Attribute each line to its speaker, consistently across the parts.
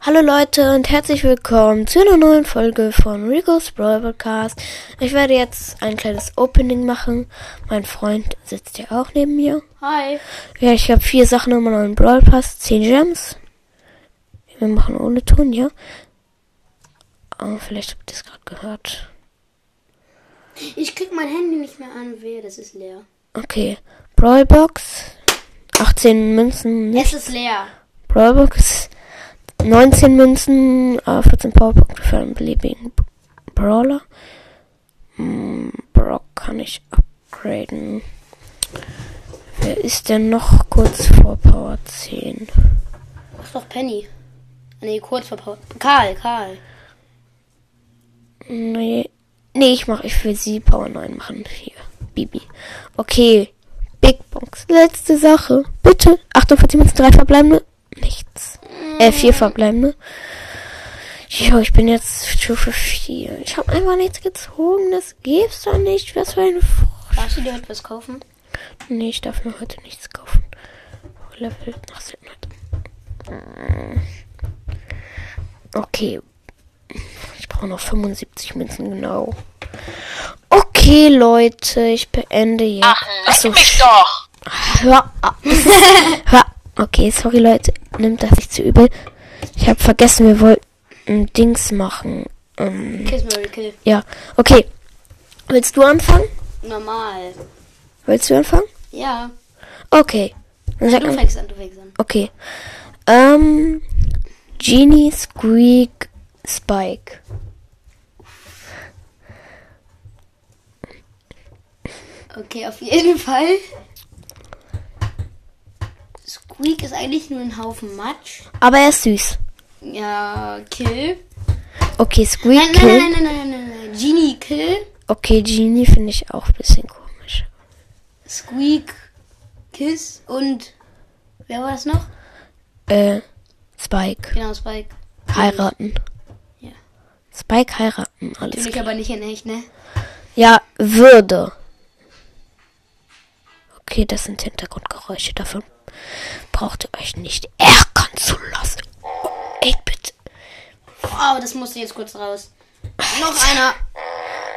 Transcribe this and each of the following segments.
Speaker 1: Hallo Leute und herzlich willkommen zu einer neuen Folge von Rico's Brawl Podcast. Ich werde jetzt ein kleines Opening machen. Mein Freund sitzt ja auch neben mir.
Speaker 2: Hi.
Speaker 1: Ja, ich habe vier Sachen in meinem Brawl Pass. Zehn Gems. Wir machen ohne Ton, ja. Oh, vielleicht habt ihr es gerade gehört.
Speaker 2: Ich krieg mein Handy nicht mehr an. Wehe, das ist leer.
Speaker 1: Okay. Brawl Box. 18 Münzen.
Speaker 2: Es ist leer.
Speaker 1: Brawlbox. 19 Münzen, äh, 14 Powerpunkte für einen beliebigen Brawler. Hm, Brock kann ich upgraden. Wer ist denn noch kurz vor Power 10?
Speaker 2: Mach doch Penny. Ah, Nee, kurz vor Pause. Karl, Karl.
Speaker 1: Nee, nee ich mach, ich will sie Power 9 machen. Hier, Bibi. Okay, Big Box. Letzte Sache. Bitte. 48 Münzen, 3 verbleibende. Nichts. Äh, 4 verbleibende. Jo, ich bin jetzt Stufe 4. Ich habe einfach nichts gezogen. Das gibt's doch nicht. Was für eine Frucht.
Speaker 2: Darfst du dir heute was kaufen?
Speaker 1: Nee, ich darf mir heute nichts kaufen. Oh, Level nach Seltenheit. Hm. Okay. Ich brauche noch 75 Münzen genau. Okay, Leute, ich beende jetzt. Achso,
Speaker 3: mich doch!
Speaker 1: hör ab. hör. Okay, sorry Leute, nimmt das nicht zu übel. Ich habe vergessen, wir wollten Dings machen. Ähm,
Speaker 2: Kiss Mary Kill.
Speaker 1: ja, okay. Willst du anfangen?
Speaker 2: Normal.
Speaker 1: Willst du anfangen?
Speaker 2: Ja.
Speaker 1: Okay. Dann sag
Speaker 2: Du
Speaker 1: an-
Speaker 2: fängst an, du fängst an.
Speaker 1: Okay. Ähm, Genie, Squeak, Spike.
Speaker 2: Okay, auf jeden Fall. Squeak ist eigentlich nur ein Haufen Matsch.
Speaker 1: Aber er ist süß.
Speaker 2: Ja, Kill.
Speaker 1: Okay, Squeak
Speaker 2: Nein,
Speaker 1: Kill.
Speaker 2: nein, nein, nein, nein, nein, nein, nein. Genie Kill.
Speaker 1: Okay, Genie finde ich auch ein bisschen komisch.
Speaker 2: Squeak Kiss und. Wer war das noch?
Speaker 1: Äh, Spike.
Speaker 2: Genau, Spike.
Speaker 1: Heiraten.
Speaker 2: Ja.
Speaker 1: Spike heiraten, alles
Speaker 2: Natürlich aber nicht in echt, ne?
Speaker 1: Ja, würde. Okay, das sind Hintergrundgeräusche. Davon braucht ihr euch nicht ärgern zu lassen. Oh, 8-Bit.
Speaker 2: Oh, das musste jetzt kurz raus. Noch einer.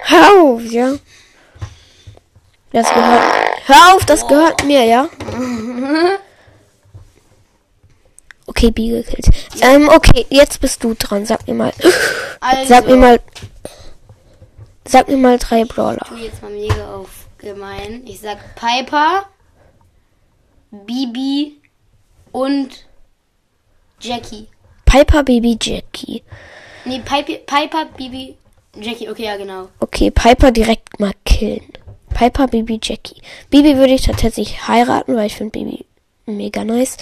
Speaker 1: Hör auf, ja. Das gehört. Hör auf, das gehört mir, ja? Okay, Biege killt. Ähm, okay, jetzt bist du dran. Sag mir mal.
Speaker 2: Also,
Speaker 1: Sag mir mal. Sag mir mal drei Brawler.
Speaker 2: tu jetzt mal mega auf gemein. Ich sag Piper, Bibi und Jackie.
Speaker 1: Piper, Baby, Jackie.
Speaker 2: Nee, Pipe, Piper, Bibi, Jackie. Okay, ja, genau.
Speaker 1: Okay, Piper direkt mal killen. Piper, Bibi, Jackie. Bibi würde ich tatsächlich heiraten, weil ich finde Bibi mega nice.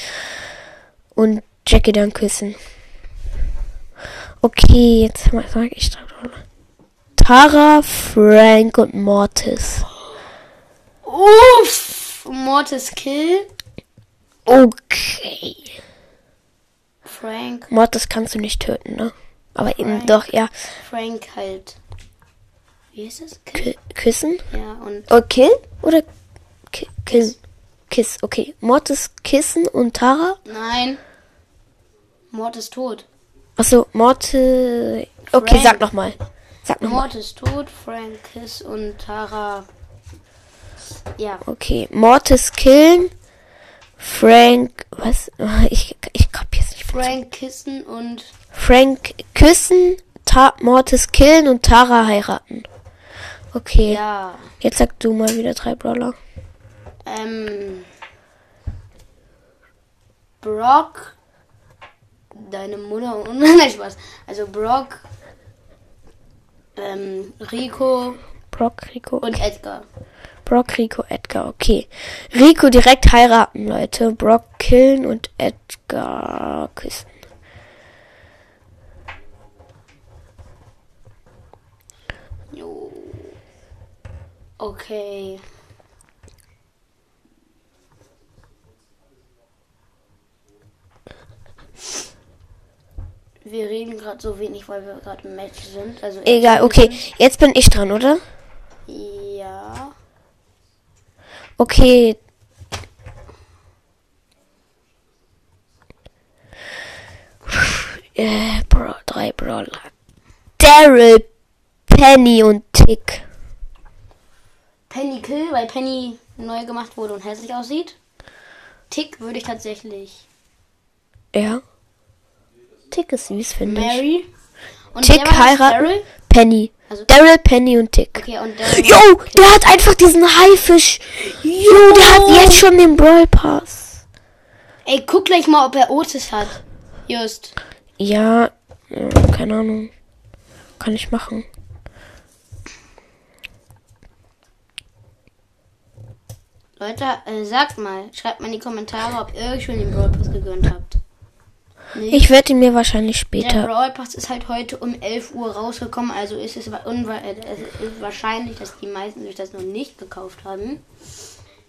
Speaker 1: Und Jackie dann küssen. Okay, jetzt mal sag ich da noch. Tara, Frank und Mortis.
Speaker 2: Uff! Mortis Kill.
Speaker 1: Okay.
Speaker 2: Frank,
Speaker 1: Mortis kannst du nicht töten, ne? Aber eben doch, ja.
Speaker 2: Frank halt. Wie ist das? Kill?
Speaker 1: Kü küssen?
Speaker 2: Ja, und
Speaker 1: Oder kill? Oder ki kill? Kiss, okay. Mortis kissen und Tara?
Speaker 2: nein. Mord ist tot.
Speaker 1: Achso, Morte. Okay,
Speaker 2: Frank.
Speaker 1: sag nochmal. Sag nochmal.
Speaker 2: Mord ist tot, Frank Kiss und Tara. Ja.
Speaker 1: Okay, Mortis killen. Frank. Was? Ich, ich kapier's nicht.
Speaker 2: Frank kissen und
Speaker 1: Frank küssen, Ta Mortis killen und Tara heiraten. Okay,
Speaker 2: ja.
Speaker 1: jetzt sag du mal wieder drei Brawler.
Speaker 2: Ähm. Brock. Deine Mutter und. Nein, Spaß. Also Brock. Ähm, Rico
Speaker 1: Brock, Rico.
Speaker 2: und Edgar.
Speaker 1: Brock, Rico, Edgar. Okay. Rico direkt heiraten, Leute. Brock killen und Edgar küssen.
Speaker 2: Jo. Okay. Wir reden gerade so wenig, weil wir gerade im Match sind. Also
Speaker 1: Egal, okay. Jetzt bin ich dran, oder?
Speaker 2: Ja.
Speaker 1: Okay. äh, Bra drei Brawler. Daryl, Penny und Tick.
Speaker 2: Penny Kill, weil Penny neu gemacht wurde und hässlich aussieht. Tick würde ich tatsächlich.
Speaker 1: Ja. Tick ist süß, finde ich.
Speaker 2: Mary. Und
Speaker 1: Tick
Speaker 2: wer war das?
Speaker 1: heiraten.
Speaker 2: Daryl?
Speaker 1: Penny.
Speaker 2: Also-
Speaker 1: Daryl, Penny und Tick.
Speaker 2: Okay, und
Speaker 1: Jo,
Speaker 2: Daryl.
Speaker 1: der hat einfach diesen Haifisch. Jo, der hat jetzt schon den Brawl Pass.
Speaker 2: Ey, guck gleich mal, ob er Otis hat. Just.
Speaker 1: Ja, ja, keine Ahnung. Kann ich machen.
Speaker 2: Leute, äh, sagt mal, schreibt mal in die Kommentare, ob ihr euch schon den Brawl Pass gegönnt habt. Nee.
Speaker 1: Ich werde ihn mir wahrscheinlich
Speaker 2: der
Speaker 1: später.
Speaker 2: Brawl Pass ist halt heute um 11 Uhr rausgekommen, also ist es, wa- unwa- äh, es ist wahrscheinlich, dass die meisten sich das noch nicht gekauft haben.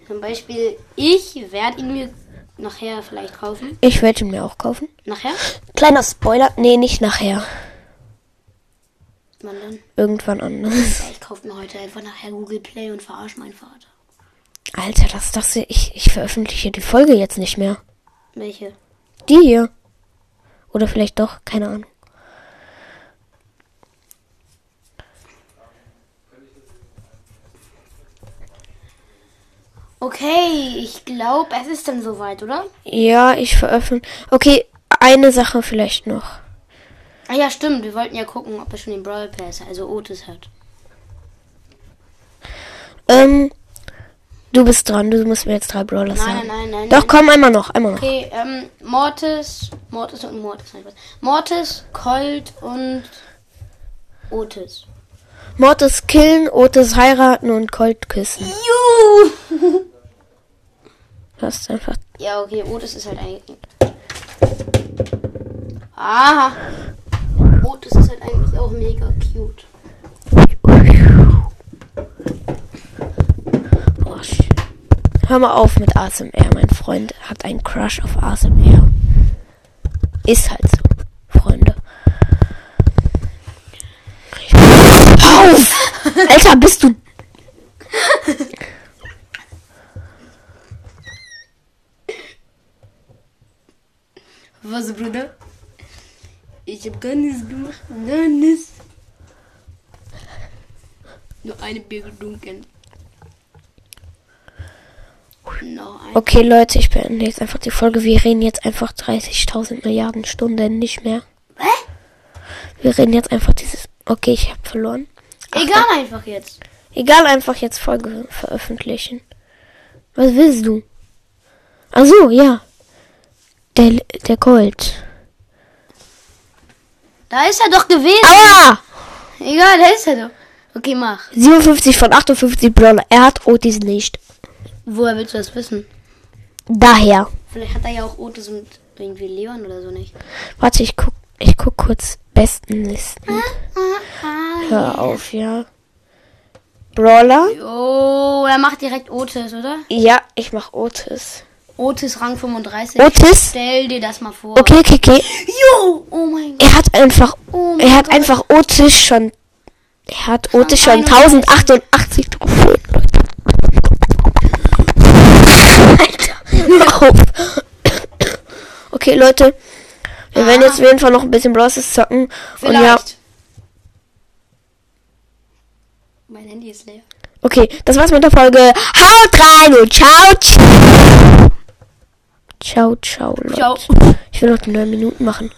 Speaker 2: Zum Beispiel, ich werde ihn mir nachher vielleicht kaufen.
Speaker 1: Ich werde ihn mir auch kaufen.
Speaker 2: Nachher?
Speaker 1: Kleiner Spoiler. Nee, nicht nachher.
Speaker 2: Wann denn?
Speaker 1: Irgendwann anders.
Speaker 2: Ja, ich kaufe mir heute einfach nachher Google Play und verarsch meinen Vater.
Speaker 1: Alter, das das hier- ich ich veröffentliche die Folge jetzt nicht mehr.
Speaker 2: Welche?
Speaker 1: Die hier. Oder vielleicht doch, keine Ahnung.
Speaker 2: Okay, ich glaube, es ist dann soweit, oder?
Speaker 1: Ja, ich veröffentliche. Okay, eine Sache vielleicht noch.
Speaker 2: Ah ja, stimmt. Wir wollten ja gucken, ob er schon den Brawl Pass, also Otis hat.
Speaker 1: Ähm, du bist dran, du musst mir jetzt drei Brawlers
Speaker 2: Nein,
Speaker 1: sagen.
Speaker 2: nein, nein, nein,
Speaker 1: Doch,
Speaker 2: nein.
Speaker 1: komm, einmal noch, einmal noch.
Speaker 2: Okay, ähm, Mortis, Mortis und Mortis, nein, Spaß. Mortis, Colt und Otis.
Speaker 1: Mortis killen, Otis heiraten und Colt küssen.
Speaker 2: Juhu!
Speaker 1: Das ist einfach.
Speaker 2: Ja, okay, Otis ist halt eigentlich. Aha! Otis ist halt eigentlich auch mega cute.
Speaker 1: Oh, sch- Hör mal auf mit ASMR. Mein Freund hat einen Crush auf ASMR. Ist halt so, Freunde. Hör auf! Alter, bist du.
Speaker 2: Was, Bruder? Ich hab gar nichts gemacht, gar nichts. Nur eine Bier gedunken. Noch ein.
Speaker 1: Okay, Leute, ich beende jetzt einfach die Folge. Wir reden jetzt einfach 30.000 Milliarden Stunden nicht mehr.
Speaker 2: Hä?
Speaker 1: Wir reden jetzt einfach dieses. Okay, ich habe verloren.
Speaker 2: Egal einfach jetzt.
Speaker 1: Egal, einfach jetzt Folge veröffentlichen. Was willst du? Ach so, ja. Der, der Gold.
Speaker 2: Da ist er doch gewesen.
Speaker 1: Aua!
Speaker 2: Egal, da ist er doch. Okay, mach.
Speaker 1: 57 von 58 Brawler. Er hat Otis nicht.
Speaker 2: Woher willst du das wissen?
Speaker 1: Daher.
Speaker 2: Vielleicht hat er ja auch Otis und irgendwie Leon oder so nicht.
Speaker 1: Warte, ich guck, ich guck kurz. Bestenlisten. Hör auf, ja. Brawler?
Speaker 2: Oh, er macht direkt Otis, oder?
Speaker 1: Ja, ich mach Otis.
Speaker 2: Otis Rang 35.
Speaker 1: Otis?
Speaker 2: Stell dir das mal vor.
Speaker 1: Okay, Kiki.
Speaker 2: Jo! Oh mein Gott.
Speaker 1: Er hat einfach,
Speaker 2: Oh mein
Speaker 1: er hat
Speaker 2: Gott.
Speaker 1: einfach Otis schon, er hat Otis schon
Speaker 2: 31.
Speaker 1: 1088 Trophäen. Alter, hör auf. Okay, Leute, wir werden
Speaker 2: Ah.
Speaker 1: jetzt auf jeden Fall noch ein bisschen Brawlers zocken. Und ja,
Speaker 2: Vielleicht. Mein Handy ist leer.
Speaker 1: okay, das war's mit der Folge. Haut rein und ciao, ciao. Ciao, ciao, Leute.
Speaker 2: Ciao.
Speaker 1: Ich will noch die neun Minuten machen.